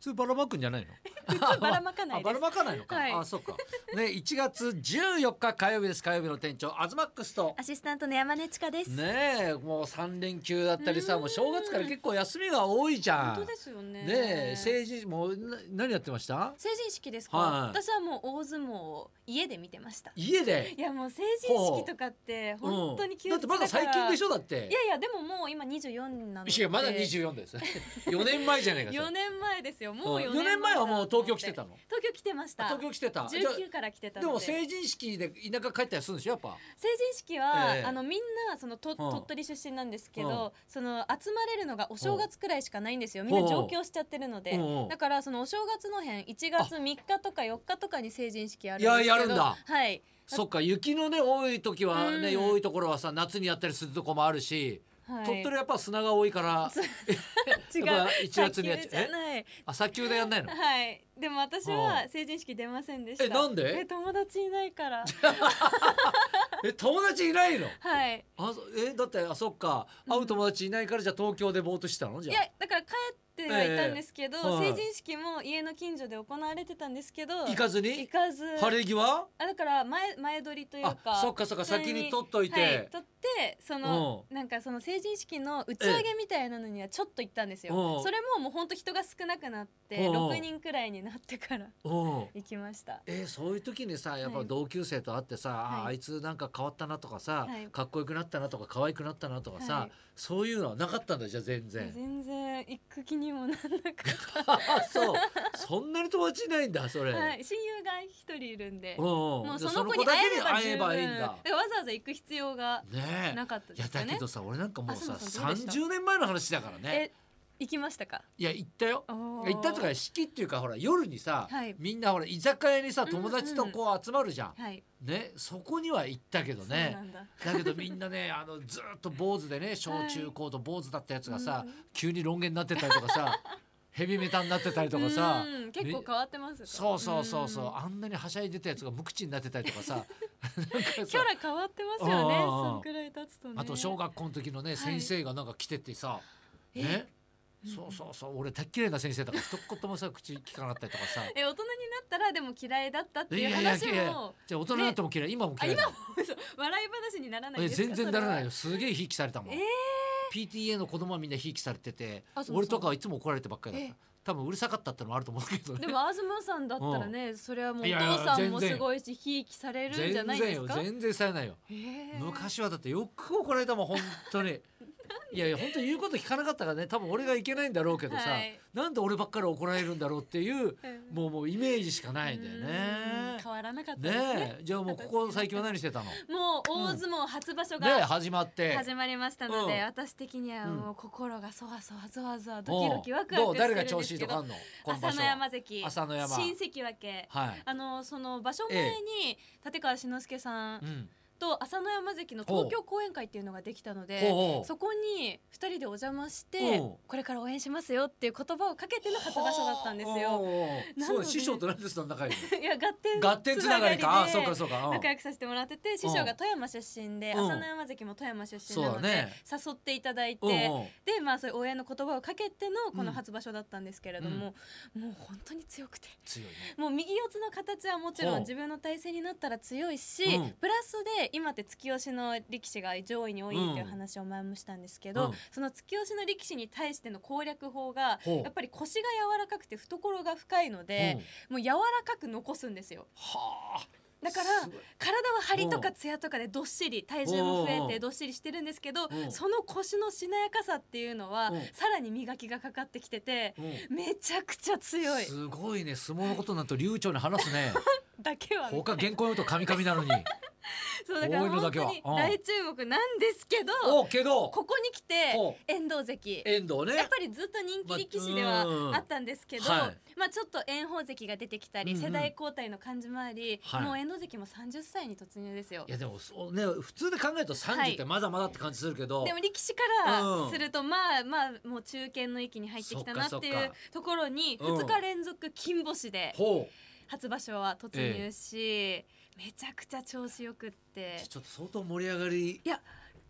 通ばらまくんじゃないの普通ばらまかなあいばでらす。まかないのか、はいあそうかね1月14日火曜日です火曜日の店長アズマックスとアシスタントの山根千佳です。ねえもう3連休だったりさもう正月から結構休みが多いじゃん本当ですよね。ねえ成政治もうな何やってました人式ですか、はい私はもう大相撲を家で見てました。家でいやもう成人式とかって本当にうん気だをっつてけまだ最近でしょ。ょだっていやいやでももう今二十四なので。いやまだ24です 4年前じゃないかそれ四年前ですよ。もううん四四年年前だはもう東京来てたの東京来てました。東京来てた十じゃあ九から来てたでのもで。成人式で田舎帰ったりするんでしょやっぱ成人式は、ええあのみんなそのと、うん鳥取出身なんですけうんど、その集まれるのがお正月くらいしかないんですよ、んみんな上京しちゃってるので、うんうんだからそのお正月の辺1月3日とか4日とかに成人式やるんいですやけやどるんだはいそっか雪のね多い時はね、うん多いところはさ夏にやったりするとこもあるし、はい鳥取はやっぱ砂が多いから違 うやっぱ1月にやっ卓球じゃないあ砂丘でやんない のはいでも私うは成人式出ませんでしたえなんでえ友達いな いからえ友達いないのはいあそえだってあそっか会う友達いないからじゃあ東京でぼーっとしてたのじいゃやあだから帰ってはいたんですけど、ええはい成人式も家の近所で行われてたんですけど行かず行にかず晴れ際あだから前前撮りというあかそっかそっか普通先に取っといて、はい、撮ってそのなんかその成人式の打ち上げみたいなのにはちょっと行ったんですよ、うんそれももうほんと人が少なくなってうん6人くらいになってからうん行きましたえーそういう時にさやっぱはい同級生と会ってさ、あはいあいつなんか変わったなとかさ、はいかっこよくなったなとか可愛くなったなとかさ、はいそういうのはなかったんだじゃあ全然。全然行く気にもなんなくて、あ そうそんなに友達いないんだそれ。はい、親友が一人いるんでうんもうんうじゃそあの子に会えればその子だけに会え十分ばいいんだだか。らわざわざ行く必要がねなかったえ。いやですだよねけどさ俺なんかもうさあそうそうそうでした30年前の話だからねえ行きましたかいや行ったよ行行ったとか式っていうかほら夜にさ、はいみんなほら居酒屋にさうんうん友達とこう集まるじゃん、はい、ねそこには行ったけどそうねなんだだけどみんなねあのずっと坊主でね小中高と坊主だったやつがさ、うん急にロン毛になってたりとか さヘビメタになってたりとかさうん結構変わってますそうそうそうそううんあんなにはしゃいでたやつが無口になってたりとか さなんかさキャラ変わってますよねうんうんうんそんくらい経つとねあと小学校の時のね、い先生がなんか来ててさえねそうそうそう俺たっきれいな先生だから一言もさ口聞かなかったりとかさえ大人になったらでも嫌いだったっていいうやいや話いやもじゃあ大人になっても嫌い、今も嫌いあだ今も嘘笑い話にならないんえですか全然ならないよよすげえひいきされたもん、え PTA の子供はみんなひいきされててあそうそう俺とかはいつも怒られてばっかりだっえた多分うるさかったってのもあると思うけどね でも東さんだったらねそれはもうおいやいや父さんも全然すごいしひいきされるんじゃ全ない然でよすか全然されないよ、へー昔はだってよく怒られたもん本当にいやいや本当に言うこと聞かなかったからね多分俺がいけないんだろうけどさ、はいなんで俺ばっかり怒られるんだろうっていううんもうもうイメージしかないんだようねん変わらなかったですねねえじゃあもうここ最近は何してたのねもう大相撲初場所えが始まって始まりましたので、うん私的にはもう心がそわそわそわそわドキドキうんワクワどうクしてる誰んが調子でいすいとかけあどんのこの場朝所の山関朝乃山新関脇はい、あのその場所前に立川志の輔さんうん、と浅野山関の東京公演会っていうのができたのほうでほうそこに2人でお邪魔してほこれから応援しますよっていう言葉をかけての初場所だったんですおよ。うおうおうなすのごでい師匠と何でそん な仲いいのいや合点合点つながりかあつそなうかがりでそうか、うん仲良くさせてもらってて師匠が富山出身でうん浅野山関も富山出身なそうのだでね誘っていただいうんてうんでまあそういう応援の言葉をかけてのこうのん初場所だったんですけれどももう本当に強くて。強いねもう右四つの形はもちほろうん自分の体勢になったら強いし、うんプラスで今って突き押しの力士が上位に多いっていううん話を前もしたんですけうど、んその突き押しの力士に対しての攻略法がほうやっぱり腰が柔らかくて懐が深いのでうん、もう柔らかく残すんですよはあだからすごい体は張りとうかん艶とかでどっしり体重もうん増うえんうてんどっしりしてるんですけど、うんその腰のしなやかさっていうのは、うんさらに磨きがかかってきてて、うんめちゃくちゃ強いすごいね相撲のことになると流暢に話す ねだけはね他原稿読むとカミカミな のにそうだか多らいのだ本けは当に大注目なんですけど、おうけどここに来てお遠藤関遠藤やねっぱりずっと人気力士ではまあうんあったんですけど、はいまあちょっと炎鵬関が出てきたり、うんうん世代交代の感じもあり、はいもう遠藤関も30歳に突入ですよい。やでもそうね普通で考えるとは30いってまだまだって感じするけど、でも力士からうんすると、まあまあもう中堅の域に入ってきたなってそっかいそっうかところにうん2日連続金星でほう初場所は突入し、めちゃくちゃ調子よくってちょっと相当盛り上がりいや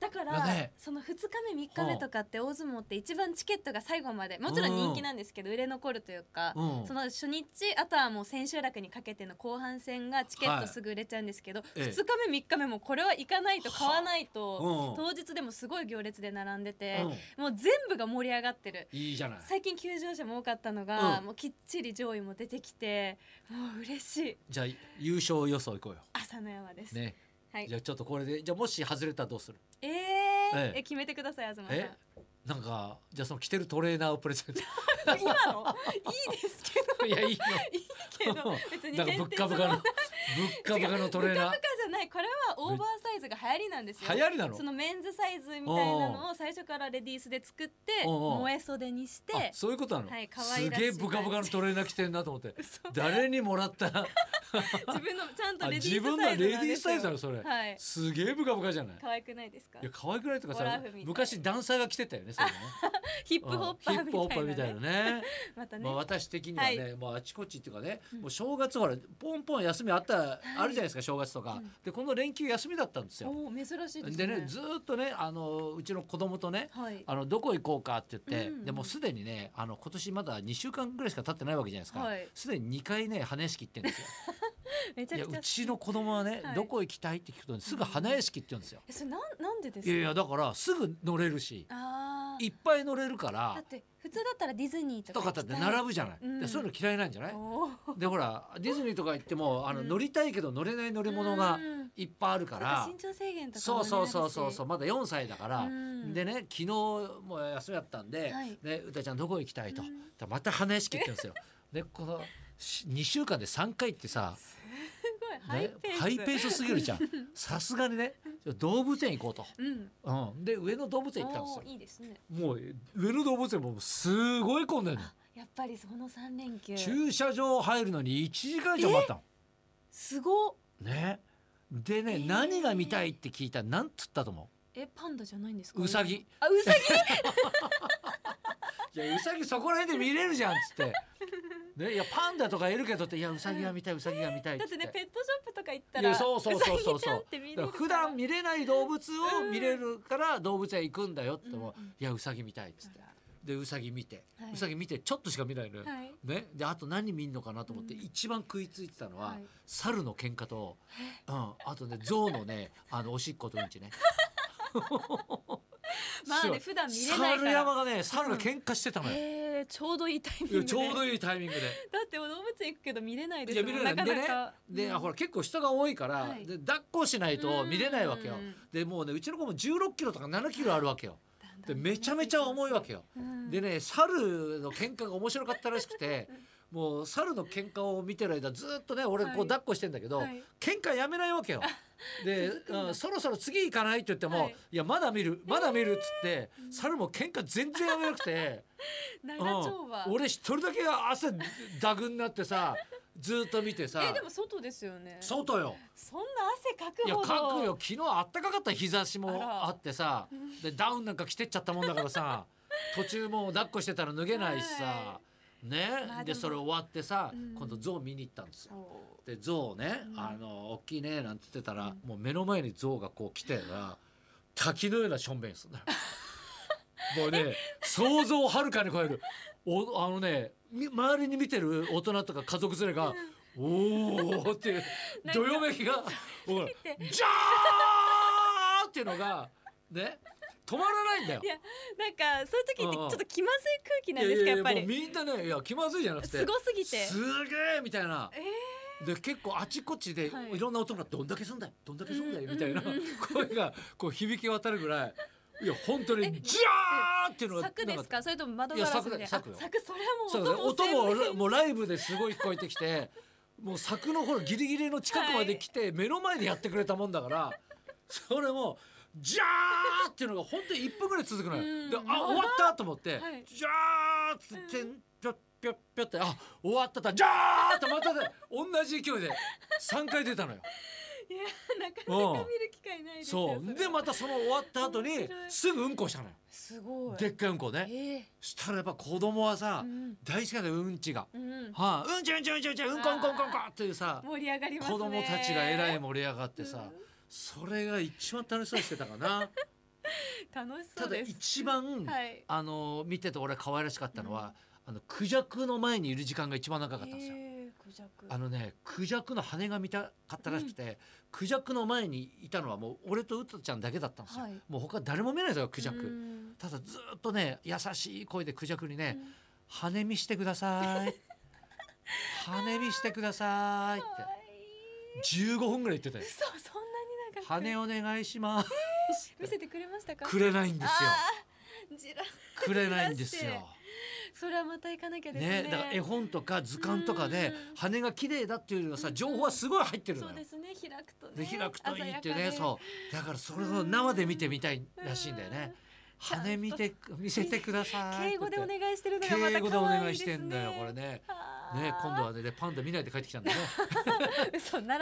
だから、だねその2日目3日目とかって大相撲って一番チケットが最後までもちろん人気なんですけど売れ残るというか、うんその初日あとはもう千秋楽にかけての後半戦がチケットすぐ売れちゃうんですけど、ええ2日目3日目もこれは行かないと買わないとう当日でもすごい行列で並んでてん、うん、もう全部が盛り上がってる。いいじゃない最近急上昇も多かったのが、うんもうきっちり上位も出てきてもう嬉しいじゃあ優勝予想いこうよ朝の山です、ねはいじゃあちょっとこれでじゃあもし外れたらどうするえー、えええ決めてください東さんえなんかじゃあその着てるトレーナーをプレゼン 今のいいですけトいやい いどけのど別になんかぶっかぶかのぶっかぶかのトレーナブカブカじゃないこれはオーバーサイズが流行りなんですよー流行りなのそのメンズサイズみたいなのを最初からレディースで作っておうおう萌え袖にしてあそういうことなの、はい可す愛らしいげえブカブカのトレーナー着てんなと思って嘘誰にもらった自分のちゃんとあレディースサイ自ズな分んのレデですよィースサイズなのそれ、はいすげえブカブカじゃない可愛くないですかいや可愛くないとかオラさフみたい昔ダンサーが着てたよねそれね ヒップホッパうんヒップホッパーーみみたたいいななねねまたまあね私的にはね、まああちこちっていうかね、うんもう正月ほらポンポン休みあった、あるじゃないですか正月とか、うんでこの連休休みだったんですよ。おー珍しいですでねずーっとねあのうちの子供とねはいあのどこ行こうかって言って、うんでもうすでにねあの今年まだ2週間ぐらいしか経ってないわけじゃないですか、はいすでに2回ね花屋敷行ってんですよ めちゃいやくちうゃちの子供はね、はいどこ行きたいって聞くとすぐ花屋敷って言うんですよ、えそれなんなんでですいかやいやだからすぐ乗れるしあーいっぱい乗れるかだらって普通だったらディズニーととかだかってぶ並ぶじゃない、うんでそういうの嫌いなんじゃないおーでほらディズニーとか行ってもあのうん乗りたいけど乗れない乗り物がうんいっぱいあるからそっ身長制限とかそうそうそうそうそううまだ4歳だからうんでね昨日も休みだったんではい「ねうたちゃんどこ行きたい?」とうんだからまた花屋敷行ってんですよ。でこの2週間で3回ってさ、すごいハねイペース、ハイペースすぎるじゃんさすがにね動物園行こううんと、うん、で上野動物園行ったんですおよーいいですねもう上野動物園もすごい混んでんのやっぱりその三連休駐車場入るのに1時間以上待ったのすごっねでね、えー何が見たいって聞いたら何つったと思えパンダじゃないんですかううさぎあうさぎいやうさぎそこら辺で見れるじゃんっつってねいやパンダとかいるけどっていやうさぎが見たいうさぎが見たいっだつっっててねペットショップとか行ったいやらそうそうそうそううさぎちゃんって見れだからる普段見れない動物を見れるから動物園行くんだよっても、うんうんいやうさぎ見たいっつってでうさぎ見て、はいうさぎ見てちょっとしか見ないのよ、はいね、であと何見んのかなと思って、うん一番食いついてたのは、はい猿の喧嘩と、うん、あとね象のねあのおしっことうんちね。 まあねそう普段見れないか猿ら山がね猿が喧嘩してたのよ。えー、ちょうどいいタイミンいグやでちょうどいいタイミングで。だって動物園行くけど見れないでいすやも見んれないなかでなねかで、うんほら結構人が多いから、はいで抱っこしないと見れないわけようんうん。でもうねうちの子も16キロとか7キロあるわけよ。だんだんでめちゃめちゃ重いわけよ。うんでね猿の喧嘩が面白かったらしく てもう猿の喧嘩を見てる間ずっとね俺こうはい抱っこしてんだけど、はい喧嘩やめないわ けよ。で、うんそろそろ次行かないって言っても、はいい、やまだ見るまだ見るっつって、猿も喧嘩全然やめなく て、長丁場、うん、俺一人だけ汗だぐになってさずっと見てさえでも外ですよねそ外よ。んな汗かくいやほどかくよ昨日あったかかった日差しもあらあってさでダウンなんか着てっちゃったもんだから さ途中もう抱っこしてたら脱げないしさはねまあでもでそれ終わってさうん今度ゾウ見に行ったんですよ。そでゾウねうんあの大きいねなんて言ってたらもう目の前にゾウがこう来 てら滝のようなしょんべんするんだよ。もうね想像をはるかに超えるおあのねみ周りに見てる大人とか家族連れが「おー」っていう なんかどよめきがほらてジャーっていうのがね止まらないんだよい。やうなんかそういう時ってちうんうょんっと気まずい空気なんですかやっぱもうりみんなねいや気まずいじゃなくてすごすぎてすげえみたいな。で結構あちこちではいいろんな音がどんだけすんだよどんだけすんだようんみたいな うんうん声がこう響き渡るぐらいいや本当にえジャーっていうのが柵ですかそれとも窓ガいラやス柵みただいなよあ柵よ柵それそうはねもう音もも鮮明もうライブですごい聞こえてきてもう柵のほらギリギリの近くまで来て目の前でやってくれたもんだからそれも「ジャー!」っていうのが本当に1分ぐらい続くのうんよ。であ終わったと思ってはい「ジャー!」っつってぴょっぴょっぴょってあ終わっただジャーってまたね同じ勢いで3回出たのよ。いやなかなか見る機会ないですよそうれでまたその終わった後面に白いすぐうんこしたのよ。すごいでっかいうんこね。えしたらやっぱ子供はーさうん大好きなんだようんちが。うんはあ、うんちゃうんちゃうんちゃうんちゃうんこうんこうんこうんこっていうさ盛り上がりますね子供たちがえらいも盛り上がってさそれが一番楽しそうにしてたかな楽 しそたうだです一番、はいあの見てて俺可愛らしかったのは、あのクジャクの前にいる時間が一番長かったんですよ。えー、クジャクあのねクジャクの羽が見たかったらしくて、クジャクの前にいたのはもう俺とウトちゃんだけだったんですよ、はいもう他誰も見ないんですよクジャク、うんただずっとね優しい声でクジャクにね「うん羽見してください」「羽見してください」っかわてい15分ぐらい言ってたいよ嘘そんなになんか羽お願いします」見せてくれましたかくれないんですよあーじらくれないんですよ。それはまた行かなきゃですねね、だから絵本とか図鑑とかうでん羽が綺麗だっていうよりはうさん情報はすごい入ってるのそうよで。すね開くとでね開くといいって鮮ねやかでそうだからそれを生で見てみたいらしいんだよねちゃんと羽見て見せてください敬語でおって願いしてるの言がって敬また語でお可愛願いいでしすてねんだよこれねあーね今度はねでパンダ見ないで帰ってきたんだね嘘並ん でもないんですか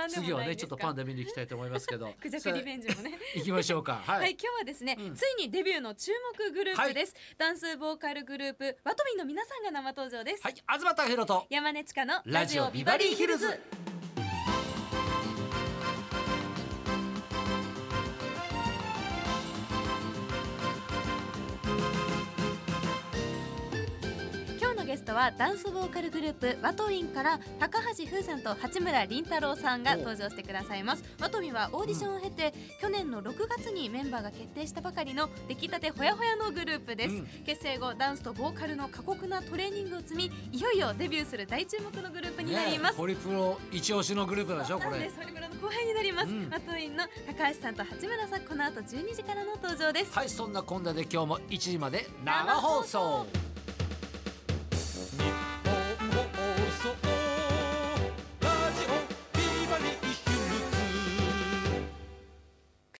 次はねちょっとパンダ見に行きたいと思います けどクジャクリベンジもねさあ行きましょうかは、はいい今日はですね、うんついにデビューの注目グループです、ダンスボーカルグループワトミンの皆さんが生登場です、はい東隆弘と山根千佳のラジオビバリーヒルズ今日のゲストはダンスボーカルグループワトウィンから高橋風さんと八村凛太郎さんが登場してくださいますワトウィンはオーディションを経て、去年の6月にメンバーが決定したばかりの出来たてほやほやのグループです、うん結成後ダンスとボーカルの過酷なトレーニングを積みいよいよデビューする大注目のグループになります、ねホリプロ一押しのグループなんでしょこなのれでそれぐらいの後輩になります、うんワトインの高橋さんと八村さんこの後12時からの登場ですはいそんなこんなで今日も1時まで生放送